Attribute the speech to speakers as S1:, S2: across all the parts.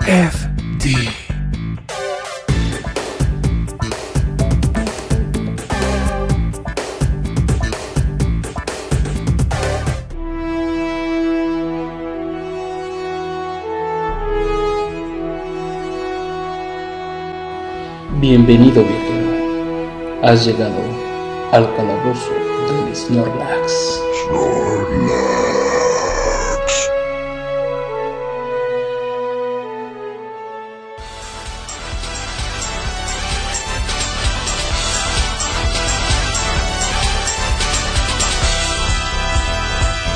S1: TFD.
S2: Bienvenido viajero. Has llegado al calabozo del Snorlax.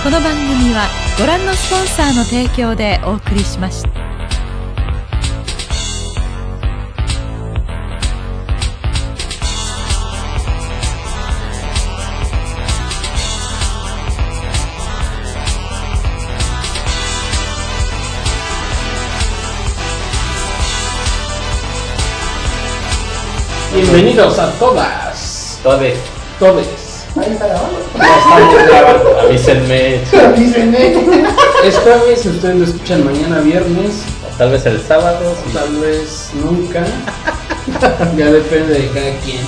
S3: この番組はご覧のスポンサーの提供でお送りしました。
S2: Bienvenidos a todas,
S4: Todes.
S2: todes.
S4: No estamos grabando. Avísenme.
S2: Esta vez si ustedes lo escuchan mañana viernes,
S4: Tal vez el sábado.
S2: o tal vez nunca. ya depende de cada quien.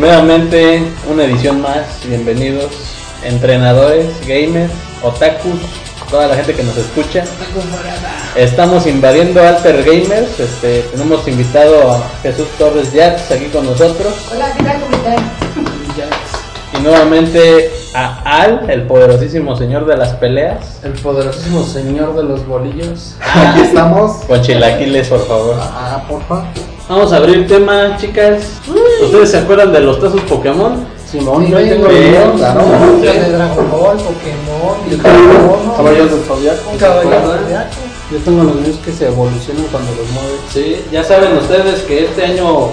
S4: Nuevamente, una edición más. Bienvenidos, entrenadores, gamers, otakus, toda la gente que nos escucha. Estamos invadiendo Alter Gamers. Este, tenemos invitado a Jesús Torres Yax aquí con nosotros.
S5: Hola, ¿qué tal? ¿Cómo están?
S2: Ya es
S4: Y nuevamente a Al, el poderosísimo señor de las peleas.
S2: el poderosísimo señor de los bolillos.
S6: Aquí estamos.
S4: Con chilaquiles, por favor.
S6: Ah, porfa.
S4: Vamos a abrir tema, chicas. ¿Ustedes se acuerdan de los tazos Pokémon?
S2: Simón,
S6: Sí,
S2: yo ahí tengo
S4: sí,
S2: el mío.
S6: claro.
S4: Sí.
S5: Los de Dragon Ball, Pokémon,
S6: Caballeros del Zodiaco.
S5: Caballeros
S2: ¿verdad?
S5: del Zodiaco.
S2: Yo tengo los míos que se evolucionan cuando los mueves.
S4: Sí, ya saben ustedes que este año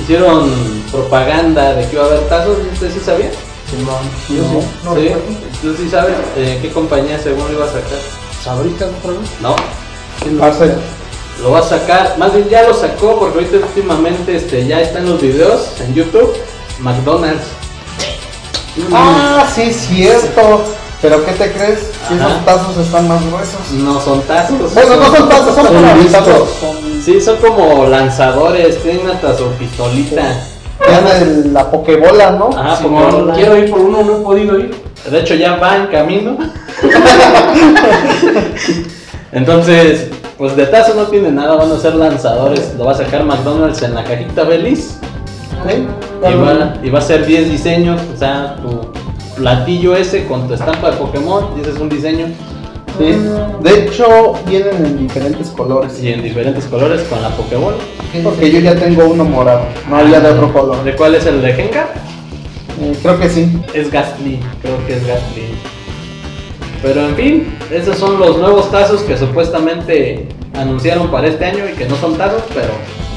S4: hicieron propaganda de que iba a haber tazos. ¿Usted sí sabía?
S2: Simón,
S6: No.
S2: yo sí.
S5: No
S4: sí.
S5: recuerdo.
S4: ¿Tú sí sabes eh, qué compañía según lo iba a sacar?
S2: ¿Sabritas otra vez?
S4: No,
S2: ¿Quién lo
S6: Marcel.
S4: lo va a sacar. Más bien ya lo sacó porque ahorita últimamente este, ya están los videos en YouTube. McDonald's.
S6: Ah, sí, cierto. Pero ¿qué te crees? Que
S4: Ajá.
S6: esos tazos están más gruesos.
S4: No son tazos.
S6: Bueno, no son tazos, son
S2: Son
S6: paralizados.
S2: discos.
S4: Sí, son como lanzadores. Tienen hasta su pistolita.
S6: Ya de la pokebola, ¿no?
S4: Ajá,
S2: Simón,
S4: Pokémon.
S2: quiero ir por uno, no he podido ir.
S4: De hecho, ya va en camino. Entonces, pues de tazo no tiene nada, van a ser lanzadores. Lo va a sacar McDonald's en la cajita feliz.
S6: Sí.
S4: Y va, y va a ser 10 diseños. O sea, tu platillo ese con tu estampa de Pokémon. Y ese es un diseño.
S6: Sí. De hecho, vienen en diferentes colores.
S4: Y en diferentes colores con la Pokémon.
S6: Porque yo ya tengo uno morado. No había de otro color.
S4: ¿De cuál es el de Gengar?
S6: Eh, creo que sí.
S4: Es Gastly, creo que es Gastly. Pero en fin, esos son los nuevos tazos que supuestamente anunciaron para este año y que no son tazos, pero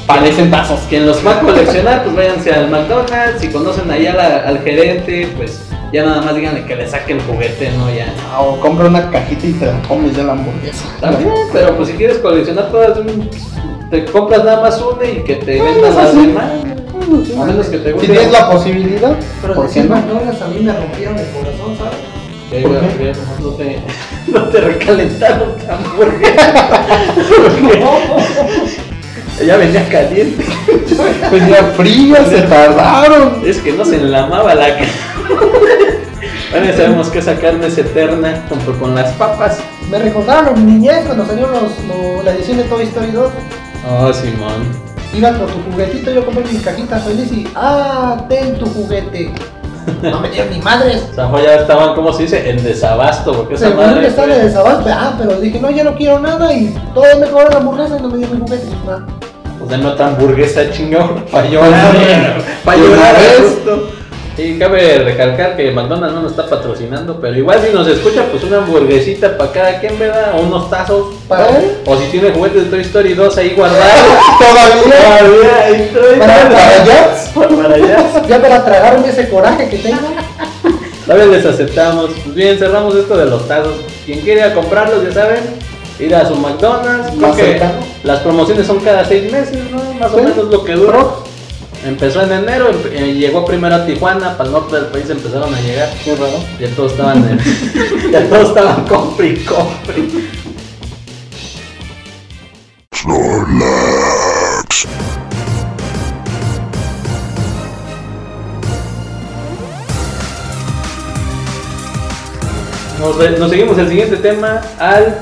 S4: parecen tazos. Quien los va a coleccionar, pues váyanse al McDonald's. Si conocen allá al gerente, pues ya nada más díganle que le saque el juguete, ¿no? Ya.
S6: Ah, O compra una cajita y te la comes ya la hamburguesa.
S4: También, pero pues si quieres coleccionar todas, de un- te compras nada más una y que te vendan
S6: no
S4: las
S6: sé.
S4: demás. A menos que te
S6: Si
S4: guste.
S6: tienes la posibilidad,
S5: Pero
S6: ¿por qué
S5: decir
S6: no?
S5: McDonald's a mí me rompieron el corazón, ¿sabes?
S4: Que,
S6: ¿Por
S4: güey, pues
S6: qué?
S4: No te, no te recalentaron tu Ella venía caliente.
S6: Venía fría, Pues se tardaron.
S4: Es que no se enlamaba la carne. Bueno, ya sabemos que esa carne es eterna junto con las papas.
S5: Me recordaron a mi niñez cuando salió los, lo- la edición de Toy Story 2.
S4: Oh, Simón.
S5: Iba por tu juguetito, yo compré mis cajitas feliz y ¡ah! ¡Ten tu juguete! No me dieron ni madres.
S4: O sea, pues ya estaban, ¿cómo se dice? En desabasto, porque esa
S5: Según que
S4: madre.
S5: estaba
S4: fue-
S5: de desabasto, ah, pero dije, no, ya no quiero nada y todos me cobraron la hamburguesa y no me dieron mi juguete. Ah.
S4: O sea, no tan hamburguesa chingón. Para
S6: llorar.
S4: Para
S6: De
S4: llorar
S6: una
S4: a
S6: vez.
S4: gusto. Y cabe recalcar que McDonald's no nos está patrocinando, pero igual si nos escucha, pues una hamburguesita para cada quien, ¿verdad? O unos tazos.
S5: Para él.
S4: O si tiene juguetes de Toy Story 2 ahí guardados.
S6: Todavía.
S4: Todavía ahí trae.
S6: Para, para allá.
S4: Para allá.
S5: Ya para tragaron ese coraje que tengo.
S4: Todavía les aceptamos. Pues bien, cerramos esto de los tazos. Quien quiera comprarlos, ya saben, ir a su McDonald's. Creo
S6: Más
S4: que
S6: cercano.
S4: las promociones son cada seis meses, ¿no? Más o
S6: Sí.
S4: menos lo que duró. Empezó en enero, empe- eh, llegó primero a Tijuana, para el norte del país empezaron a llegar.
S6: Qué raro.
S4: Ya todos estaban en- ya todos estaban compre y compre. Nos, re- nos seguimos el siguiente tema al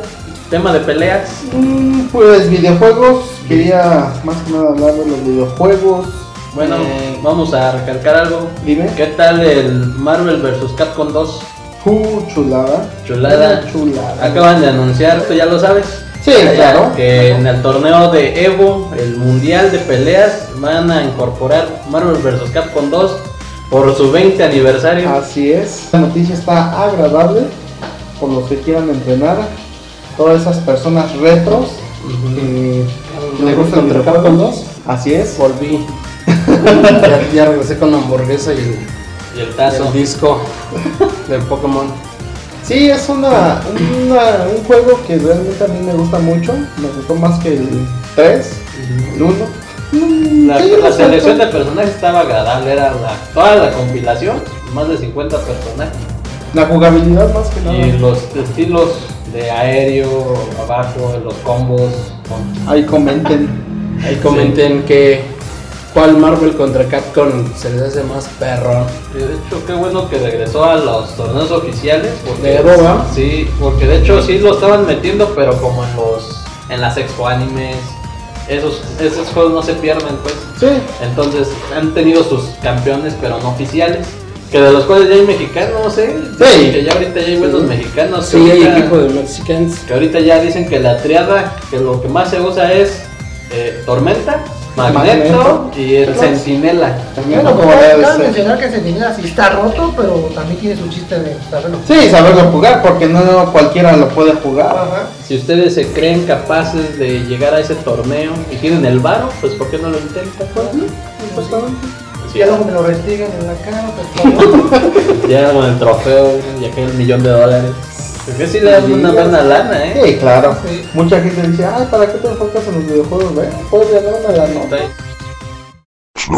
S4: tema de peleas.
S6: Mm, Pues videojuegos, quería más que nada hablar de los videojuegos.
S4: Bueno,
S6: Eh,
S4: vamos a recalcar algo.
S6: dime.
S4: ¿Qué tal el Marvel vs. Capcom 2?
S6: Uh, chulada.
S4: Chulada.
S6: Chulada.
S4: Acaban de anunciar, tú ya lo sabes.
S6: Sí,
S4: Ya,
S6: claro.
S4: Que en el torneo de Evo, el mundial de peleas, van a incorporar Marvel vs. Capcom 2 por su 20 aniversario.
S6: Así es. La noticia está agradable por los que quieran entrenar. Todas esas personas retros
S4: Ujú.
S6: que le gustan los
S2: Capcom 2?
S6: videojuegos. Así es.
S2: Volví. ya, ya regresé con la hamburguesa y el,
S4: Y el
S2: y
S4: tazo.
S2: el disco del Pokémon.
S6: Sí, es una, una- un juego que realmente a mí me gusta mucho. Me gustó más que el 3, el 1.
S4: La, la selección de personajes estaba agradable, era la- toda la compilación, más de 50 personajes.
S6: La jugabilidad más que nada.
S4: Y los estilos de aéreo, abajo, los combos. con-
S6: Ahí comenten.
S2: Ahí comenten que cuál Marvel contra Capcom se les hace más perro.
S4: De hecho, qué bueno que regresó a los torneos oficiales. Porque,
S2: De Evo, ¿va?
S4: Sí, porque de hecho sí lo estaban metiendo, pero como en los en las expo animes. Esos, esos juegos no se pierden, pues.
S6: Sí,
S4: Entonces han tenido sus campeones, pero no oficiales. Que de los cuales ya hay mexicanos, ¿eh?
S6: Sí.
S4: Que ya ahorita ya hay menos
S2: Sí.
S4: mexicanos. que
S2: Sí, hay
S4: ahorita-
S2: equipo de Mexicans.
S4: Que ahorita ya dicen que la triada, que lo que más se usa es eh, Tormenta, Magneto,
S6: Magneto.
S4: y el Centinela.
S6: también
S5: Bueno,
S6: como debe
S5: cabe,
S6: de
S5: cabe
S6: ser.
S5: mencionar que Sentinela sí está roto, pero también tiene su chiste de saberlo.
S6: Sí, saberlo jugar, porque no cualquiera lo puede jugar.
S5: Ajá.
S4: Si ustedes se creen capaces de llegar a ese torneo y tienen el varo, pues ¿por qué no lo intentan?
S5: Pues, ¿no?
S4: Sí,
S5: Ya luego me lo restringan en la cara, pues,
S4: ya con el trofeo y aquel millón de dólares. Porque sí le dan una buena lana, ¿eh?
S6: Sí, claro.
S5: Sí.
S6: Mucha gente dice, ay, ¿para qué te enfocas en los videojuegos? Ve, puedes ganar una la nota.
S4: Pues,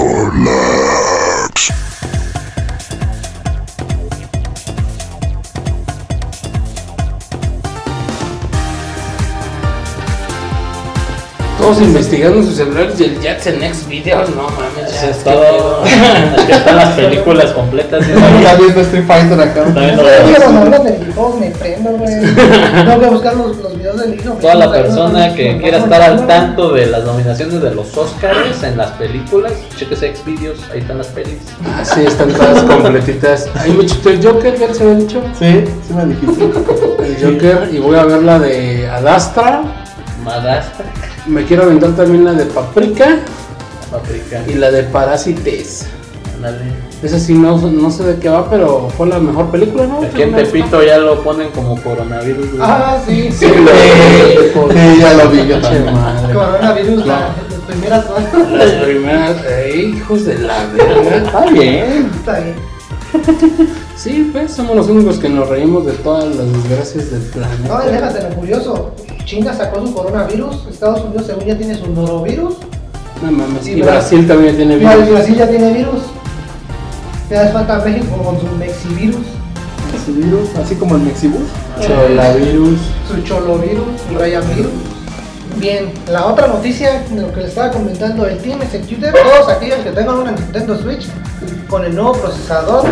S2: Todos investigando sus celulares y el Jackson Next Videos. No mames,
S4: Eso es
S2: qué
S4: todo.
S2: pedo.
S4: Aquí están las películas completas. ¿eh? ¿sí?
S6: Está viendo Street Fighter acá.
S4: También
S5: no
S4: lo
S5: sé,
S4: veo.
S5: digo, no hablan de videojuegos, me prendo, güey. Tengo que buscar los, los videos del hijo.
S4: Toda la persona que quiera estar al tanto de las nominaciones de los Oscars en las películas, chequese Xvideos, ahí están las pelis.
S2: Ah, sí, están todas completitas. Ahí me chuté el Joker, ya se había dicho.
S6: Sí, sí me dijiste.
S2: El Joker, y voy a ver la de Adastra.
S4: Madastra,
S2: Me quiero aventar también la de Paprika
S4: Paprika,
S2: y la de Parásites.
S4: ándale.
S2: Esa sí, no, no sé de qué va, pero fue la mejor película, ¿no?
S4: Aquí en Tepito ya lo ponen como coronavirus. güey.
S5: Ah, sí.
S2: Sí, lo-
S6: Sí, ya lo vi yo
S2: Pinche
S6: también.
S2: madre.
S5: Coronavirus, la- las primeras dos.
S2: Las primeras, eh, hijos de la verga.
S6: Está bien.
S5: Está bien.
S2: Sí, pues somos los únicos que nos reímos de todas las desgracias del
S5: No, y
S2: planeta.
S5: déjate lo curioso. China sacó su coronavirus, Estados Unidos según ya tiene su norovirus.
S2: No mames,
S5: Sí,
S2: y
S5: ¿verdad?
S2: Brasil también tiene
S5: No,
S2: virus.
S5: y Brasil ya tiene virus. Ya hace falta México con su mexivirus,
S6: Ese virus, así como el Mexibus.
S2: Cholavirus.
S5: su cholovirus, su rayavirus. Bien, la otra noticia, de lo que les estaba comentando, el Team Executive, todos aquellos que tengan una Nintendo Switch con el nuevo procesador,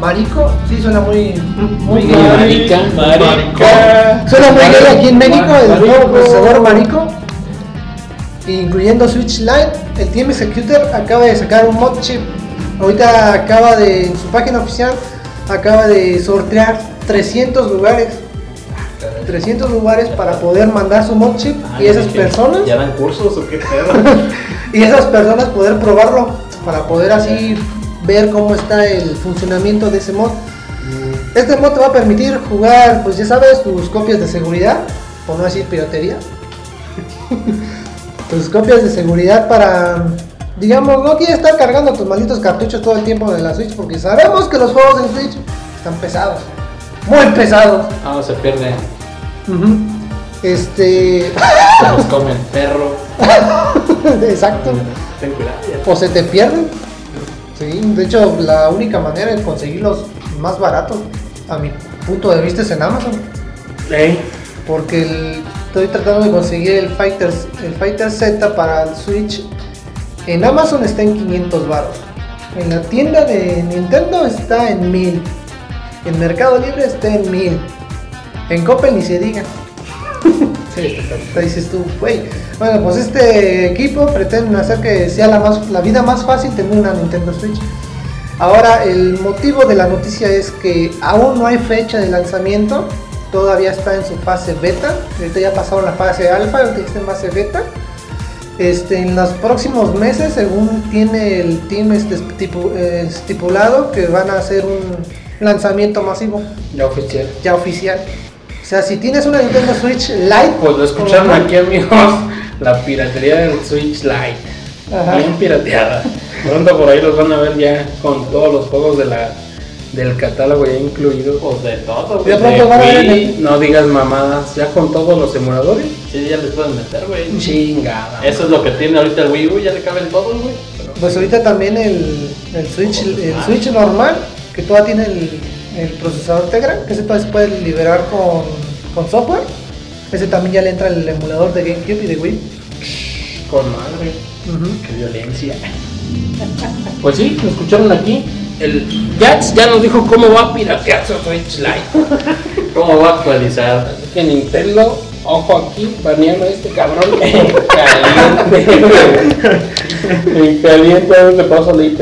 S5: Marico, sí suena muy... muy
S2: Muy
S5: mal.
S2: marica.
S5: Suena muy
S2: Marico.
S5: gay aquí en México el
S2: Marico.
S5: nuevo procesador Marico, incluyendo Switch Lite. El Team Executor acaba de sacar un mod chip. Ahorita acaba de, en su página oficial, acaba de sortear 300 lugares. 300 lugares para poder mandar su mod chip y esas personas
S4: Ah, ¿Ya dan cursos o qué pedo?
S5: y esas personas poder probarlo para poder así ver cómo está el funcionamiento de ese mod. Este mod te va a permitir jugar, pues ya sabes, tus copias de seguridad, por no decir piratería. tus copias de seguridad para, digamos, no quieres estar cargando tus malditos cartuchos todo el tiempo de la Switch, porque sabemos que los juegos en Switch están pesados, muy pesados.
S4: Ah, se pierde,
S5: Este,
S4: se los come el perro.
S5: exacto.
S4: Ten cuidado.
S5: o se te pierden. Sí, de hecho, la única manera de conseguirlos más baratos, a mi punto de vista, es en Amazon.
S2: Ey,
S5: Porque el- Estoy tratando de conseguir el Fighter, el Fighter Z para el Switch. En Amazon está en 500 baros. En la tienda de Nintendo está en 1000. En Mercado Libre está en 1000. En Coppel ni se diga. Sí, está caro. Te dices tú, güey. Bueno, pues este equipo pretende hacer que sea la, más, la vida más fácil tener una Nintendo Switch. Ahora, el motivo de la noticia es que aún no hay fecha de lanzamiento, todavía está en su fase beta, ahorita ya pasaron la fase alfa, ahorita ya está en fase beta. Este, en los próximos meses, según tiene el team este estipu- eh, estipulado, que van a hacer un lanzamiento masivo
S2: Ya
S5: pues,
S2: oficial.
S5: ya oficial. O sea, si tienes una Nintendo Switch Lite,
S2: Pues lo escucharon
S5: como-
S2: aquí, amigos. La piratería del Switch Lite.
S5: Ajá.
S2: Bien pirateada. Pronto por ahí los van a ver ya con todos los juegos de la, del catálogo ya incluidos.
S4: Pues de todo, güey.
S5: Ya pronto
S2: De
S5: van a ver
S2: Wii,
S5: en el-
S2: No digas mamadas, ya con todos los emuladores.
S4: Sí, ya les pueden meter, güey.
S2: Chingada.
S4: Eso es lo que tiene ahorita el Wii U, ya le caben todos, güey.
S5: Pues ahorita también el, el Switch, el Switch normal, que todavía tiene el, el procesador Tegra, que ese todavía se puede liberar con, con software. Ese también ya le entra el emulador de GameCube y de Wii.
S2: Con madre.
S5: Ujú.
S2: Qué violencia. Pues sí, lo escucharon aquí. El Jax ya nos dijo cómo va a piratear su Switch Lite.
S4: ¿Cómo va a actualizar?
S2: Así que Nintendo, ojo aquí, baneando a este cabrón. En caliente. En caliente a ver, le paso la IP.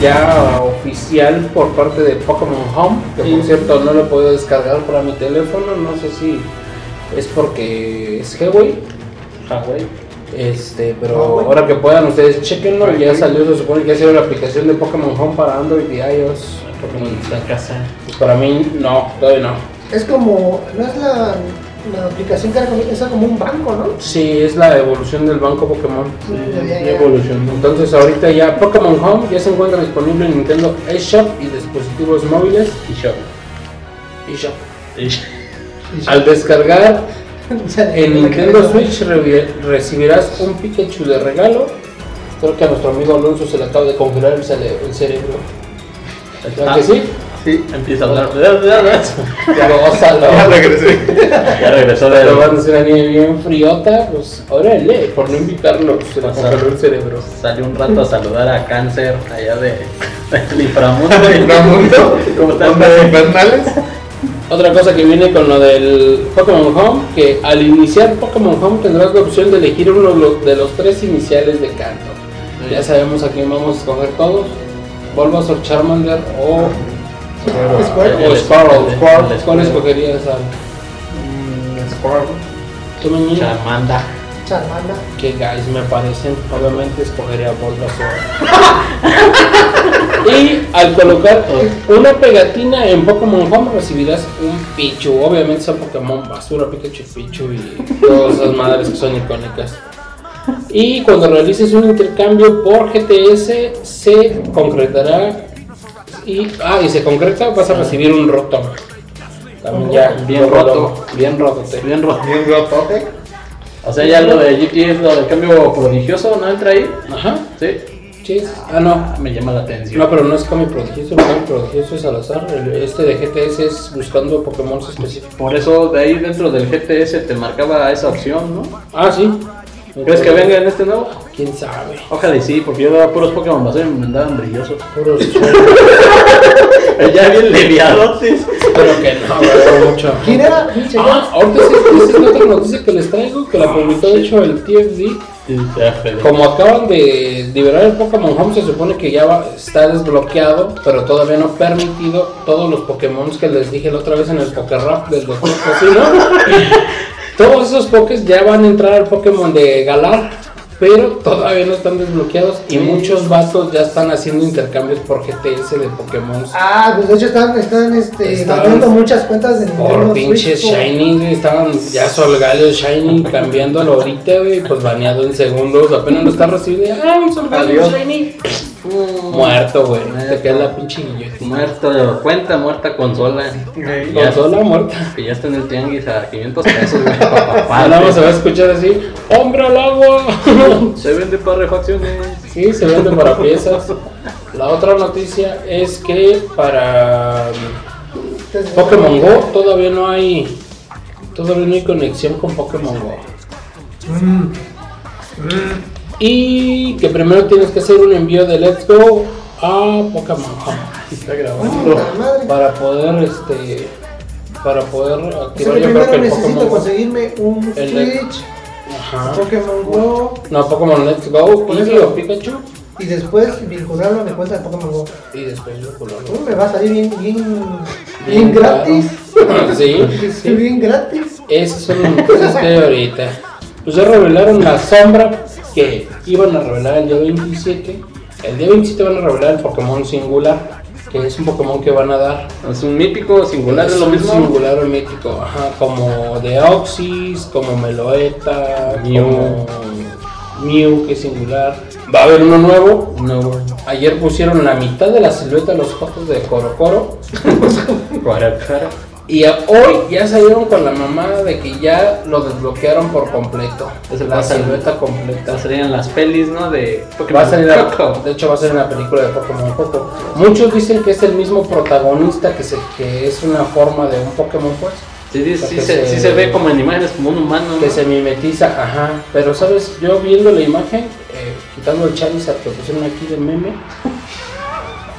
S2: Ya oficial por parte de Pokémon Home, que por
S4: Sí.
S2: cierto no lo he podido descargar para mi teléfono, no sé si es porque es Huawei,
S4: Ah, güey.
S2: Este, pero
S5: Huawei.
S2: ahora que puedan ustedes chequenlo,
S4: Huawei.
S2: ya salió, se supone que ya salió la aplicación de Pokémon Home para Android y iOS.
S4: Como está en casa.
S2: Y Para mí no, todavía no.
S5: Es como, no es la, la aplicación que era como, esa como un banco, ¿no?
S2: Sí, es la evolución del banco Pokémon.
S5: Ya, ya, ya.
S2: Evolución. Entonces ahorita ya Pokémon Home ya se encuentra disponible en Nintendo eShop y dispositivos móviles
S4: Y yo.
S2: eShop.
S4: Y-
S2: Al descargar
S5: O sea,
S2: En
S5: la que
S2: Nintendo
S5: tengo.
S2: Switch revi- recibirás un Pikachu de regalo. Creo que a nuestro amigo Alonso se le acaba de congelar el, cere- el cerebro. ¿Verdad
S4: Ah.
S2: que sí?
S6: Sí,
S4: Empieza a hablar.
S5: Ah.
S2: Ya gózalo.
S6: ya regresé.
S4: Ya regresó
S2: Te lo
S4: de
S2: van a hacer a nieve bien friota. Pues órale, por no invitarlo, se le congeló el cerebro.
S4: Salió un rato a saludar a Cáncer allá de, del inframundo.
S6: Inframundo,
S4: ¿Cómo estás?
S6: ondas invernales.
S2: Otra cosa que viene con lo del Pokémon Home, que al iniciar Pokémon Home tendrás la opción de elegir uno de los- de los tres iniciales de canto. Ya sabemos a quién vamos a escoger todos. Bulbasaur, Charmander o...
S5: Squirtle.
S2: O Squirtle.
S4: El
S2: Squirtle. ¿Cuál
S4: Squirtle.
S2: escogerías? Al?
S6: Mm, Squirtle.
S2: Tú, Meñín.
S4: Chamanda.
S5: Charmander.
S2: que guys me parecen, obviamente escogería Bulbasaur. y al colocar una pegatina en Pokémon Home recibirás un Pichu. Obviamente son Pokémon basura, Pikachu, Pichu y todas esas madres que son icónicas. Y cuando realices un intercambio por GTS se concretará y, ah, y se concreta vas a recibir un rotom. También ya
S4: Bien roto.
S2: bien roto. te-
S4: Bien rojo.
S6: Bien rotote.
S4: O sea, ya lo de GT es lo del cambio prodigioso, ¿no entra ahí?
S2: Ajá.
S4: Sí.
S2: Sí. es- Ah no,
S4: Ah, Me llama la atención.
S2: No, pero no es cambio prodigioso, el cambio prodigioso es al azar. el- Este de GTS es buscando Pokémon específicos.
S4: Por eso de ahí dentro del GTS te marcaba esa opción, ¿no?
S2: Ah, sí.
S4: ¿Crees que venga en este nuevo?
S2: ¿Quién sabe?
S4: Ojalá y sí, porque yo daba puros Pokémon basura y me mandaban brillosos.
S2: Puros
S4: ya bien leviadotes.
S2: Pero que no, pero mucho.
S5: ¿Quién era? Pinche
S2: Ah, ahorita sí, esa es otra noticia que les traigo, que la publicó de hecho el TFD. Como acaban de liberar el Pokémon Home, se supone que ya va- está desbloqueado, pero todavía no permitido todos los Pokémon que les dije la otra vez en el Pokérap del Doctor Casino. todos esos Pokés ya van a entrar al Pokémon de Galar, pero todavía no están desbloqueados y muchos vatos ya están haciendo intercambios por GTS de Pokémon.
S5: Ah, pues de hecho están, están este,
S2: Estaban-
S5: cambiando muchas cuentas de
S2: Por
S5: Nintendo
S2: pinches
S5: Switch, por-
S2: Shiny, güey, estaban ya Solgaleo Shiny cambiándolo ahorita, güey, pues baneado en segundos, apenas lo está recibiendo. ¡Ah, un Solgaleo
S6: Adiós.
S2: Shiny! Muerto, güey.
S4: Muerto.
S2: Te queda la pinche guillotina.
S4: Muerto, cuenta muerta consola.
S5: Güey.
S4: Ya.
S2: Consola muerta.
S4: Que ya está en el tianguis a 500 pesos, güey. pa' papá.
S2: Ahora Ah, vamos a ver, escuchar así: ¡Hombre al agua!
S4: Se vende para refacciones.
S2: Sí, se vende para piezas. La otra noticia es que para mm, Pokémon Go todavía no hay todavía no hay conexión con Pokémon Go.
S5: Mm. Mm.
S2: Y que primero tienes que hacer un envío de Let's Go a Pokémon Home. Está grabando.
S5: Puta Ah, madre.
S2: Para poder este para poder
S5: O sea
S2: activar
S5: que
S2: yo creo que
S5: primero
S2: el Pokémon
S5: necesito
S2: Go.
S5: conseguirme un
S2: El de-
S5: Switch,
S2: Ajá.
S5: Pokémon Go
S2: No, Pokémon Let's Go,
S5: Por
S2: Eevee
S5: eso-
S2: o Pikachu
S5: y después vincularlo a mi cuenta de Pokémon Go.
S2: y después yo colaboro.
S5: Uh, me va a salir bien, bien, bien
S2: Bien
S5: gratis.
S2: caro. Sí, sí.
S5: Bien gratis.
S2: Esas son las noticias que hay ahorita. Pues ya revelaron la sombra que iban a revelar el día 27. El día 27 van a revelar el Pokémon singular, que es un Pokémon que van a dar.
S4: Es un mítico singular, es lo
S2: un
S4: mismo.
S2: Singular o mítico, ajá, como Deoxys, como Meloeta,
S4: Mew.
S2: como Mew, que es singular. Va a haber uno nuevo. Nuevo. Ayer pusieron la mitad de la silueta de los fotos de Coro Coro.
S4: Guadalajara.
S2: Y a- hoy ya salieron con la mamada de que ya lo desbloquearon por completo.
S4: Es el
S2: la
S4: Batman.
S2: silueta completa.
S4: Te salían las pelis, ¿no? De Pokémon.
S2: Va a salir la-
S4: Coco.
S2: de hecho va a ser en la película de Pokémon Coco. Muchos dicen que es el mismo protagonista que, se, que es una forma de un Pokémon pues,
S4: Sí, sí, sí,
S2: Porque
S4: se,
S2: se-
S4: sí se ve como en imágenes, como un humano.
S2: que
S4: ¿no?
S2: se mimetiza, ajá. Pero sabes, yo viendo la imagen, eh, quitando el Charizard que pusieron aquí de meme,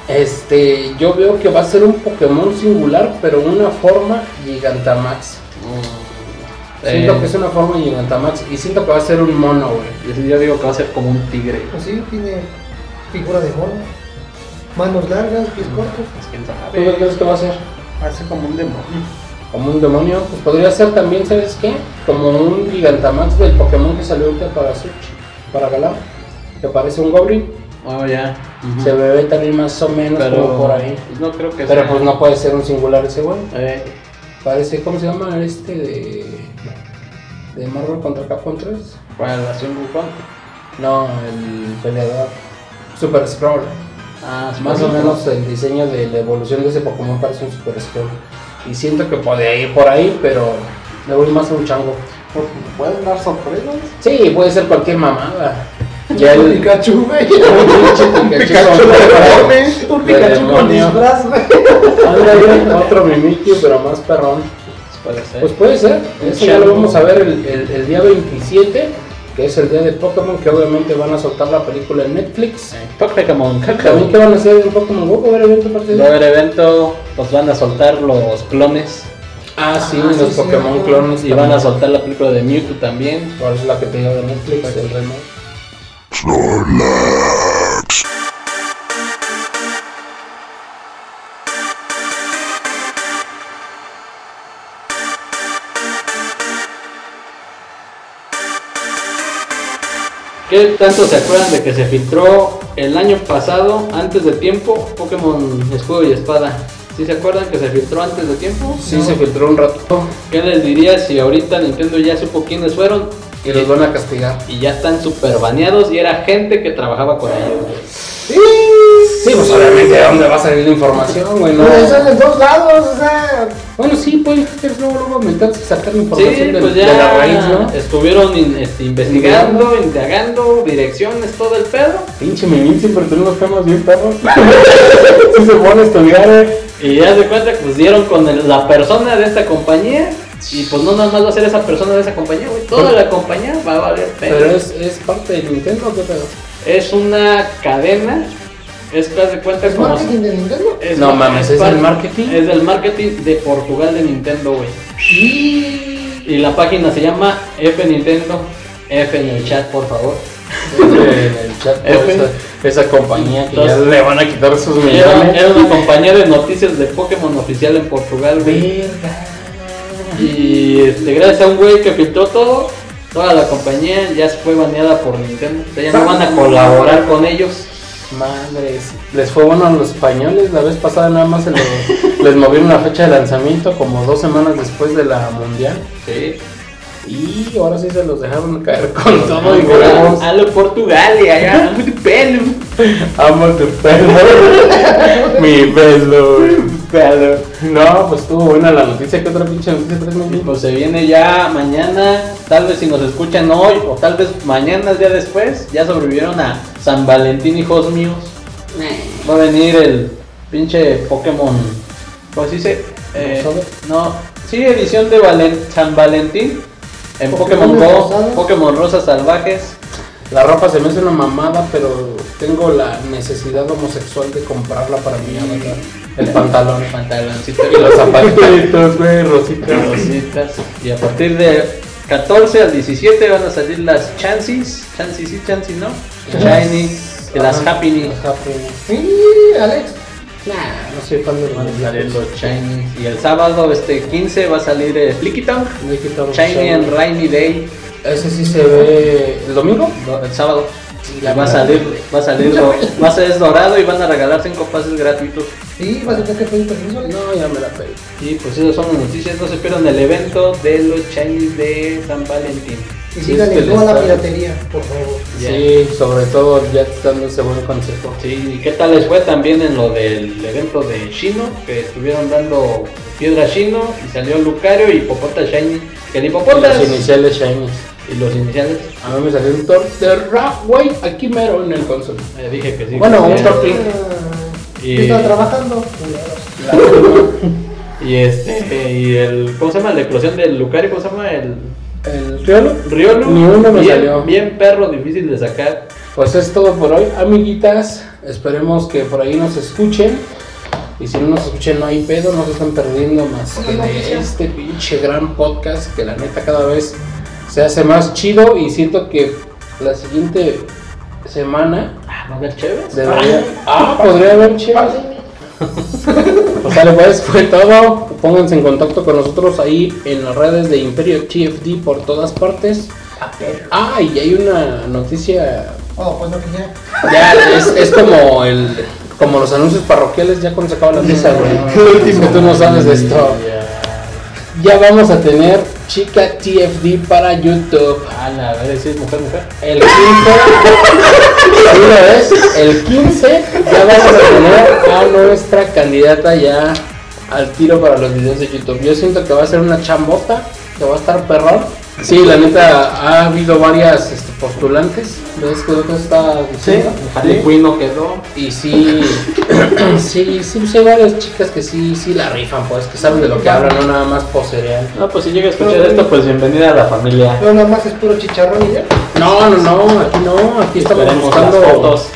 S2: este, yo veo que va a ser un Pokémon singular, pero una forma Gigantamax.
S4: Mm.
S2: Siento
S4: Eh,
S2: que es una forma de Gigantamax y siento que va a ser un mono, güey.
S4: yo- Yo digo que va a ser como un tigre.
S5: Pues sí, tiene figura de mono, manos largas, pies
S2: Mm.
S5: cortos.
S4: Pues, quién
S2: ¿Tú
S4: sabe.
S2: qué crees que va a ser?
S6: Hace como un demonio.
S2: Como un demonio. Pues podría ser también, ¿sabes qué? Como un Gigantamax del Pokémon que salió ahorita para Switch, para Galar, que parece un Goblin.
S4: Oh, ya. Ujú.
S2: Se ve también más o menos como
S4: Pero
S2: por ahí.
S4: pues, no creo que
S2: Pero
S4: sea.
S2: pues no puede ser un singular ese güey.
S4: Eh,
S2: Parece, ¿cómo se llama este de. de Marvel contra Capcom 3?
S4: para la Sun Wukong.
S2: No, el peleador. Super Scroll.
S4: Ah, sí,
S2: Más o
S4: pues,
S2: menos el diseño de la evolución de ese Pokémon parece un Super Scroll. Y siento que podría ir por ahí, pero me voy más a un chango.
S6: Porque pueden dar sorpresas.
S2: Sí, puede ser cualquier mamada. Ya el
S5: Pikachu, güey.
S2: un
S6: Pikachu enorme.
S5: Un
S2: De
S5: Pikachu con
S2: demonio.
S5: disfraz, güey.
S2: otro Mimikyu, pero más perrón.
S4: Puede ser.
S2: Pues puede ser.
S4: Un
S2: Eso ya lo
S4: chango.
S2: vamos a ver el, el- el día 27, que es el día de Pokémon, que obviamente van a soltar la película en Netflix.
S4: Eh, Pokémon,
S2: También
S4: Coco.
S2: que van a hacer en Pokémon Go, ¿Va a haber evento aparte de
S4: Va a haber evento, pues van a soltar los clones.
S2: Ah, sí,
S5: Ah, sí,
S2: los
S5: sí,
S2: Pokémon
S5: sí.
S2: clones
S4: Y van a soltar la película de Mewtwo también.
S2: ¿Cuál es la que te digo de Netflix? El remake.
S4: ¿Qué tanto se acuerdan de que se filtró el año pasado, antes de tiempo, Pokémon Escudo y Espada? ¿Sí se acuerdan que se filtró antes de tiempo?
S2: Sí,
S4: No.
S2: se filtró un rato
S4: ¿Qué les diría si ahorita Nintendo ya supo quiénes fueron
S2: y los van a castigar.
S4: y ya están super baneados y era gente que trabajaba con ellos?
S2: Sí, pues obviamente, ¿de dónde va a salir la información, güey? No.
S5: Pues son los dos lados, o sea.
S2: Bueno, sí, pueden hackers luego, luego meterse y sacar la información
S4: Sí,
S2: del-
S4: pues
S2: de la raíz,
S4: ya
S2: ¿no?
S4: estuvieron in- este, investigando, indagando, direcciones, todo el pedo.
S2: Pinche Mimín siempre tiene unos temas bien perros. sí se pone a estudiar, eh.
S4: Y ya se cuenta que pues dieron con el- la persona de esta compañía. Y pues no nada más va a ser esa persona de esa compañía, güey. Toda la compañía va a valer pedo.
S2: Pero es, es parte de Nintendo, ¿qué pedo?
S4: Es una cadena. Es que haz de cuenta
S5: ¿Es
S4: como.
S5: marketing de Nintendo?
S4: es
S2: No
S4: mar-
S2: mames, ¿es del
S4: par-
S2: marketing?
S4: Es del marketing de Portugal de Nintendo, güey. Y la página se llama F Nintendo. F en el chat, por favor.
S2: el chat,
S4: por esa-
S2: esa compañía
S4: que ya
S2: le van a quitar sus
S4: Era, era una compañía de noticias de Pokémon oficial en Portugal, güey.
S2: Verga.
S4: Y este, gracias a un güey que filtró todo, toda la compañía ya se fue baneada por Nintendo. O sea, ya no van a colaborar con ellos.
S2: Madres. Les fue bueno a los españoles. La vez pasada nada más se les, les movieron la fecha de lanzamiento como dos semanas después de la mundial.
S4: Sí.
S2: Y ahora sí se los dejaron caer con todo y
S4: Bueno,
S2: ganamos.
S4: A lo Portugal y allá. muy pelo.
S2: Amo tu pelo. Mi pelo.
S4: Pelo.
S2: No, pues tuvo buena la noticia. ¿Qué otra pinche noticia tres
S4: Pues se viene ya mañana, tal vez si nos escuchan hoy o tal vez mañana, el día después, ya sobrevivieron a San Valentín, hijos míos. Va a venir el pinche Pokémon, pues dice, eh,
S2: ¿Crossover?
S4: no, sí, edición de Valen- San Valentín en
S5: Pokémon
S4: Pokémon, Go,
S5: rosado.
S4: Pokémon Rosas Salvajes.
S2: La ropa se me hace una mamada, pero tengo la necesidad homosexual de comprarla para mi avatar. El pantalón.
S4: Pantaloncito
S2: Y los zapatitos, güey,
S4: y
S2: rositas.
S4: rositas. Y a partir de 14 al 17 van a salir las chances, chances sí, chances no, shiny, y las
S2: Ajá,
S4: happy.
S2: Las happy.
S5: Sí, Alex.
S2: Nah, no soy fan del
S4: Salen los Shiny. Y el sábado este 15 va a salir eh, Flicky Tonk,
S2: Le quitaron
S4: Shiny
S2: Shiny.
S4: and Rainy Day.
S2: Ese sí se ve el domingo.
S4: do- El sábado.
S2: Ya
S4: va a salir, va a salir, do- va a ser dorado y van a regalar 5 pases gratuitos.
S5: Sí, vas a tener que pedir permiso, Alex.
S2: No, ya me la pedí.
S4: Y pues esas son las noticias, no se pierdan el evento de los Shiny de San Valentín.
S5: Y
S2: Sí, este es
S5: síganle
S2: que le
S5: toda la
S2: está-
S5: piratería, por favor.
S4: Ya.
S2: Sí, sobre todo ya te están dando ese buen consejo.
S4: Sí, ¿y qué tal les fue también en lo del evento de Shino? Que estuvieron dando piedra Shino y salió Lucario y Popota Shiny. Que el
S2: Con
S4: Hipopotas
S2: las iniciales Shiny.
S4: y los iniciales.
S2: A mí me salió un top de rap, güey, aquí mero en el console.
S4: eh, dije que sí.
S2: Bueno,
S4: que
S2: un
S4: sí.
S2: tortín.
S5: ¿Qué
S4: Y-
S5: están trabajando?
S4: Y este, y el, ¿cómo se llama? La explosión del Lucario, ¿cómo se llama? El
S2: ¿El Riolo?
S4: Riolu.
S2: Ni uno me
S4: bien,
S2: salió.
S4: Bien perro, difícil de sacar.
S2: Pues es todo por hoy, amiguitas. Esperemos que por ahí nos escuchen. Y si no nos escuchen, no hay pedo, no se están perdiendo más que de este pinche gran podcast que la neta cada vez se hace más chido. Y siento que la siguiente semana
S4: Ah, ¿va a haber chéves?
S2: debería. Ah, podría haber chido. Pues sale, pues fue todo. Pónganse en contacto con nosotros ahí en las redes de Imperio TFD por todas partes. Ah, y hay una noticia
S5: Oh, pues no, que ya.
S2: ya, es, es como el como los anuncios parroquiales ya cuando se acaba la misa, güey.
S6: Lo último.
S2: Tú no sabes de esto. Ya vamos a tener chica TFD para YouTube.
S4: Ah, la a ver, sí, es mujer, mujer.
S2: El 15. ¿Sí lo ves? El 15 ya vamos a tener a nuestra candidata ya al tiro para los videos de YouTube. Yo siento que va a ser una chambota, que va a estar perrón. Sí, la neta ha habido varias este, postulantes. ¿Ves que otro está diciendo?
S4: Harley Quinn no quedó.
S2: Y sí, sí, sí, sí hay varias chicas que sí, sí la rifan, pues, que saben de lo que hablan, no nada más poserean.
S4: No, pues si llega a escuchar esto, pues bienvenida a la familia.
S5: Pero nada más es puro chicharrón y ya.
S2: No, no, no, aquí no, aquí estamos
S4: Esperemos las
S2: buscando
S4: fotos.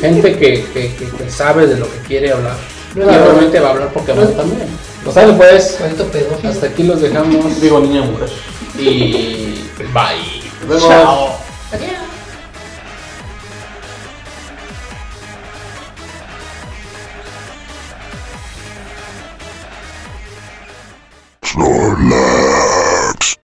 S2: gente que, que, que- que sabe de lo que quiere hablar. Y
S5: Claro.
S2: obviamente va a hablar Pokémon también. Pues sale pues,
S5: Maldito pedófilo.
S2: hasta aquí los dejamos
S4: Digo, niña, mujer.
S2: y bye.
S4: Nos vemos.
S5: Adiós.